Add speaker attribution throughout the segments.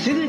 Speaker 1: 役立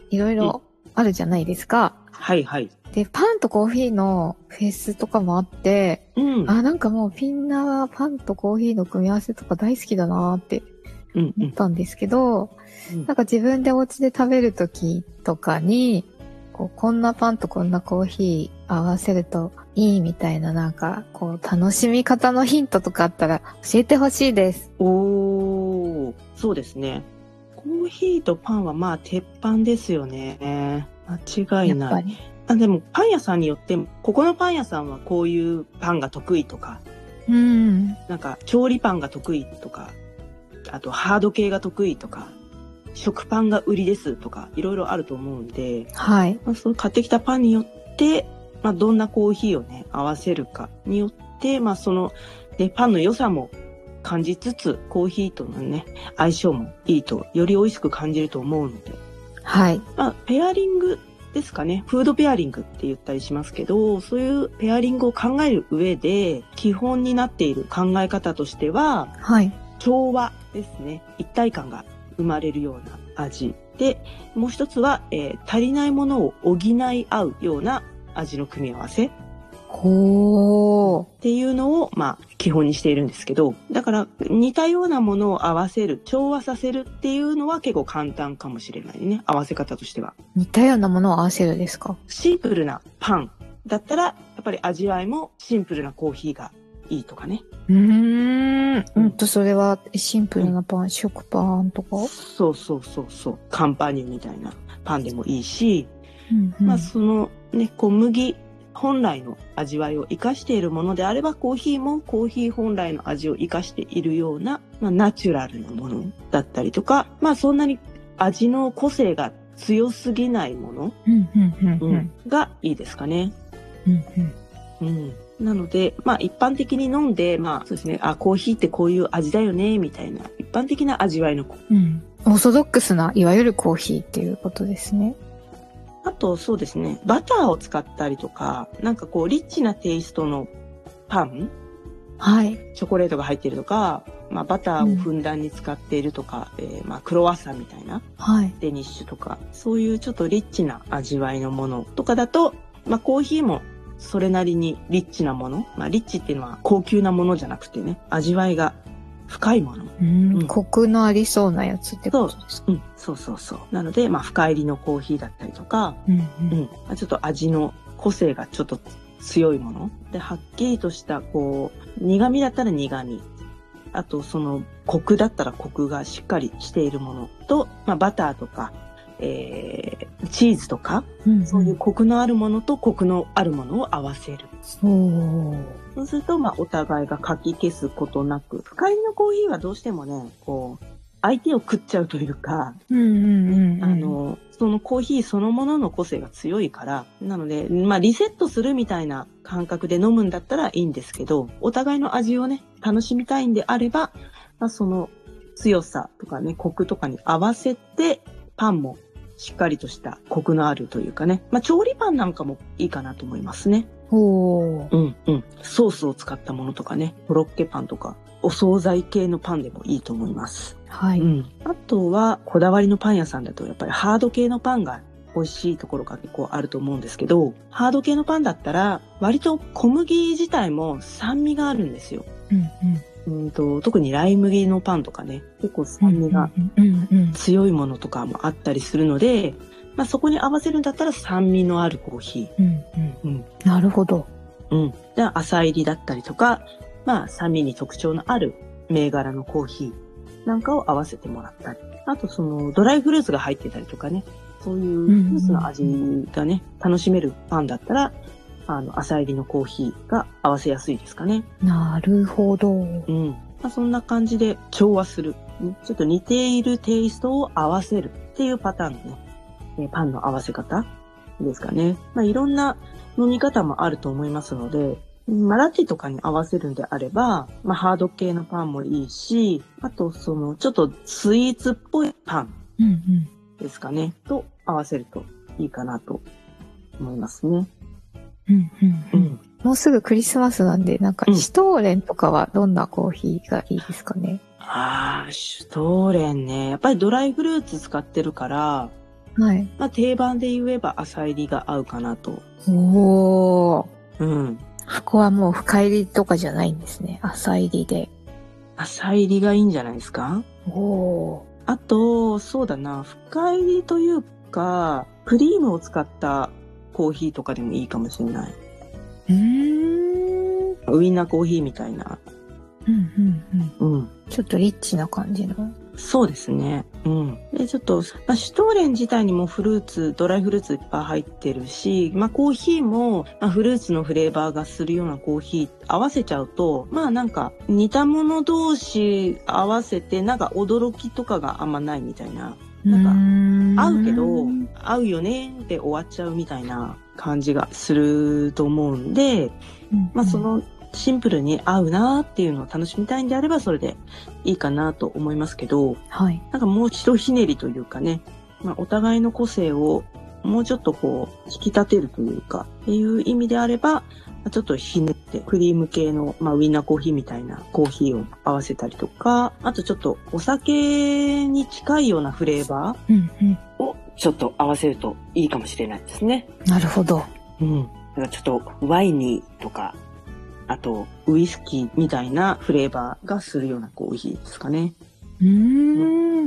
Speaker 2: いろいろあるじゃないですか。
Speaker 1: はいはい
Speaker 2: で、パンとコーヒーのフェスとかもあって、
Speaker 1: うん
Speaker 2: あ、なんかもうみんなパンとコーヒーの組み合わせとか大好きだなーって
Speaker 1: うんう
Speaker 2: 思っ
Speaker 1: ん
Speaker 2: たんですけど、
Speaker 1: うん
Speaker 2: なんか自分でお家で食べるときとかに、こう、こんなパンとこんなコーヒー合わせるといいみたいななんか、こう、楽しみ方のヒントとかあったら教えてほしいです。
Speaker 3: おーそうですねコーヒーとパンはまあ鉄板ですよね間違い
Speaker 2: やっ
Speaker 3: な
Speaker 2: ぱ
Speaker 3: い
Speaker 2: り。
Speaker 3: あでもパン屋さんによってもここのパン屋さんはこういうパンが得意とか
Speaker 2: うん。
Speaker 3: なんか調理パンが得意とかあとハード系が得意とか食パンが売りですとかいろいろあると思うんで、
Speaker 2: はい。
Speaker 3: まあ、その買ってきたパンによって、まあ、どんなコーヒーをね合わせるかによって、まあ、その、ね、パンの良さも感じつつコーヒーとのね相性もいいとより美味しく感じると思うので、
Speaker 2: はい。
Speaker 3: まあ、ペアリングですかねフードペアリングって言ったりしますけどそういうペアリングを考える上で基本になっている考え方としては
Speaker 2: はい。
Speaker 3: 調和ですね一体感が生まれるような味でもう一つは、えー足りないものを補い合うような味の組み合わせっ
Speaker 2: ほー。
Speaker 3: ていうのを、まあ、基本にしているんですけどだから似たようなものを合わせる調和させるっていうのは結構簡単かもしれないね合わせ方としては
Speaker 2: 似たようなものを合わせるですか
Speaker 3: シンプルなパンだったらやっぱり味わいもシンプルなコーヒーがいいとかね
Speaker 2: うーん。うんと、それはシンプルなパン、食パンとか、
Speaker 3: そうそうそうそうカンパニュみたいなパンでもいいし
Speaker 2: うんうん
Speaker 3: まあそのね小麦本来の味わいを生かしているものであればコーヒーもコーヒー本来の味を生かしているような、まあ、ナチュラルなものだったりとかまあそんなに味の個性が強すぎないもの、
Speaker 2: うんうんう
Speaker 3: う
Speaker 2: うん
Speaker 3: んん、がいいですかね。
Speaker 2: うんうん
Speaker 3: うんなので、まあ一般的に飲んで、まあそうですね、あ、コーヒーってこういう味だよね、みたいな、一般的な味わいの
Speaker 2: うんオーソドックスないわゆるコーヒーっていうことですね。
Speaker 3: あとそうですね、バターを使ったりとか、なんかこうリッチなテイストのパン
Speaker 2: はい。
Speaker 3: チョコレートが入ってるとか、まあ、バターをふんだんに使っているとか、えーまあ、クロワッサンみたいな
Speaker 2: はい。
Speaker 3: デニッシュとかそういうちょっとリッチな味わいのものとかだと、まあ、コーヒーもそれなりにリッチなもの、まあ、リッチっていうのは高級なものじゃなくてね味わいが深いもの
Speaker 2: うん
Speaker 3: うん
Speaker 2: コクのありそうなやつってことですか
Speaker 3: うんそうそうそうなので、まあ、深入りのコーヒーだったりとか、
Speaker 2: うん
Speaker 3: うんまあ、ちょっと味の個性がちょっと強いものではっきりとしたこう苦味だったら苦味あとそのコクだったらコクがしっかりしているものと、まあ、バターとか、えーチーズとか
Speaker 2: うん。うん
Speaker 3: そういうコクのあるものとコクのあるものを合わせる
Speaker 2: そう。
Speaker 3: そうすると、まあ、お互いがかき消すことなく深入りのコーヒーはどうしてもねこう相手を食っちゃうというか
Speaker 2: うんうんうんうん。
Speaker 3: あ、の、そのコーヒーそのものの個性が強いから、なので、まあリセットするみたいな感覚で飲むんだったらいいんですけど、お互いの味をね、楽しみたいんであれば、まあ、その強さとかね、コクとかに合わせて、パンもしっかりとしたコクのあるというかね、まあ調理パンなんかもいいかなと思いますね。
Speaker 2: ほう。
Speaker 3: うんうん。ソースを使ったものとかね、コロッケパンとか、お惣菜系のパンでもいいと思います。
Speaker 2: は
Speaker 3: う
Speaker 2: い。
Speaker 3: ん、あとはこだわりのパン屋さんだとやっぱりハード系のパンが美味しいところが結構あると思うんですけどハード系のパンだったら割と小麦自体も酸味があるんですよ。
Speaker 2: うん
Speaker 3: うんと特にライ麦のパンとかね結構
Speaker 2: うん。
Speaker 3: 酸味が
Speaker 2: うんうん。
Speaker 3: 強いものとかもあったりするので、まあ、そこに合わせるんだったら酸味のあるコーヒ
Speaker 2: うんうん
Speaker 3: うん。
Speaker 2: なるほど。
Speaker 3: ー、うん。じゃあ、浅入りだったりとか、まあ、酸味に特徴のある銘柄のコーヒーなんかを合わせてもらったり。あと、その、ドライフルーツが入ってたりとかね。そういうフルーツの味がね、楽しめるパンだったら、あの、浅入りのコーヒーが合わせやすいですかね。
Speaker 2: なるほど。
Speaker 3: うん。まあ、そんな感じで調和する。んちょっと似ているテイストを合わせるっていうパターンのね、えーパンの合わせ方ですかね。まあ、いろんな飲み方もあると思いますので、うんまあ、ラテとかに合わせるんであれば、まあ、ハード系のパンもいいし、あと、その、ちょっとスイーツっぽいパン
Speaker 2: うんうん。
Speaker 3: ですかね、と合わせるといいかなと思いますね。
Speaker 2: うんうんう
Speaker 3: う
Speaker 2: ん
Speaker 3: ん。
Speaker 2: もうすぐクリスマスなんで、なんか
Speaker 3: う、ん
Speaker 2: シュトーレンとかはどんなコーヒーがいいですかね。
Speaker 3: ああ、シュトーレンね。やっぱりドライフルーツ使ってるから、
Speaker 2: はい。
Speaker 3: まあ、定番で言えば浅入りが合うかなと。
Speaker 2: おー。
Speaker 3: うん。
Speaker 2: ここはもう深入りとかじゃないんですね。浅入りで。
Speaker 3: 浅入りがいいんじゃないですか
Speaker 2: おー。
Speaker 3: あと、そうだな、深入りというか、クリームを使ったコーヒーとかでもいいかもしれない。
Speaker 2: うーん。
Speaker 3: ウインナーコーヒーみたいな。
Speaker 2: うんうんうん。
Speaker 3: うん。
Speaker 2: ちょっとリッチな感じの。
Speaker 3: そうですね。うん。で、ちょっと、まあ、シュトーレン自体にもフルーツ、ドライフルーツいっぱい入ってるし、まあ、コーヒーも、まあ、フルーツのフレーバーがするようなコーヒー合わせちゃうと、まあ、なんか、似たもの同士合わせて、なんか驚きとかがあんまないみたいな。
Speaker 2: なん
Speaker 3: 合うけど、合うよねって終わっちゃうみたいな感じがすると思うんで、まあ、そ、の、シンプルに合うなっていうのを楽しみたいんであれば、それでいいかなと思いますけど、
Speaker 2: はい。
Speaker 3: なんかもう一度ひねりというかね、まあ、お互いの個性をもうちょっとこう、引き立てるというか、っていう意味であれば、まあちょっとひねって、クリーム系の、まあ、ウィンナーコーヒーみたいなコーヒーを合わせたりとか、あとちょっとお酒に近いようなフレーバ
Speaker 2: うんうん。
Speaker 1: ーをちょっと合わせるといいかもしれないですね。
Speaker 2: なるほど。
Speaker 3: ーうん。
Speaker 1: だからちょっとワイニーとか、あと、
Speaker 3: ウイスキーみたいなフレーバーがするようなコーヒーですかね。
Speaker 2: うー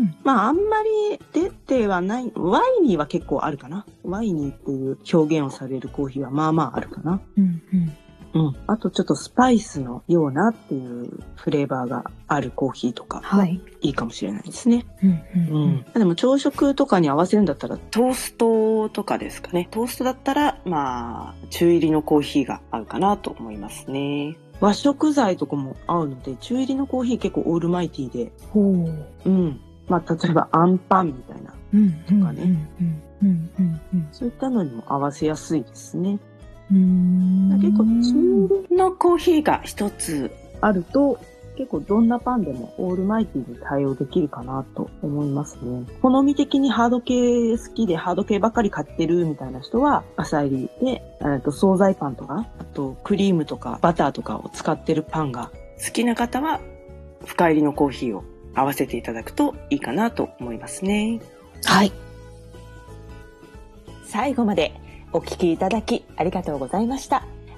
Speaker 2: ん。
Speaker 3: まああんまり出てはない、ワイニーは結構あるかな。ワイニーっていう表現をされるコーヒーはまあまああるかな。
Speaker 2: うんうん。
Speaker 3: うん。あとちょっとスパイスのようなっていうフレーバーがあるコーヒーとか
Speaker 2: はい。
Speaker 3: いいかもしれないですね。
Speaker 2: うんうん
Speaker 3: う。ん。でも朝食とかに合わせるんだったら、
Speaker 1: トーストとかですかね。トーストだったら、まあ、中入りのコーヒーが合うかなと思いますね。
Speaker 3: 和食材とかも合うので、中入りのコーヒー結構オールマイティで、
Speaker 2: ほう。
Speaker 3: うん。まあ例えばアンパンみたいな、
Speaker 2: うんうん
Speaker 3: とかね
Speaker 2: うんうんうんうん
Speaker 3: そういったのにも合わせやすいですね。
Speaker 2: うんうーん
Speaker 3: 結構中入り
Speaker 1: のコーヒーが一つ。
Speaker 3: あると、結構どんなパンでもオールマイティに対応できるかなと思いますね。好み的にハード系好きでハード系ばっかり買ってるみたいな人は、朝入りで、えーと惣菜パンとか、あとクリームとかバターとかを使ってるパンが、
Speaker 1: 好きな方は、深入りのコーヒーを合わせていただくといいかなと思いますね。
Speaker 2: はい
Speaker 4: 最後までお聞きいただきありがとうございました。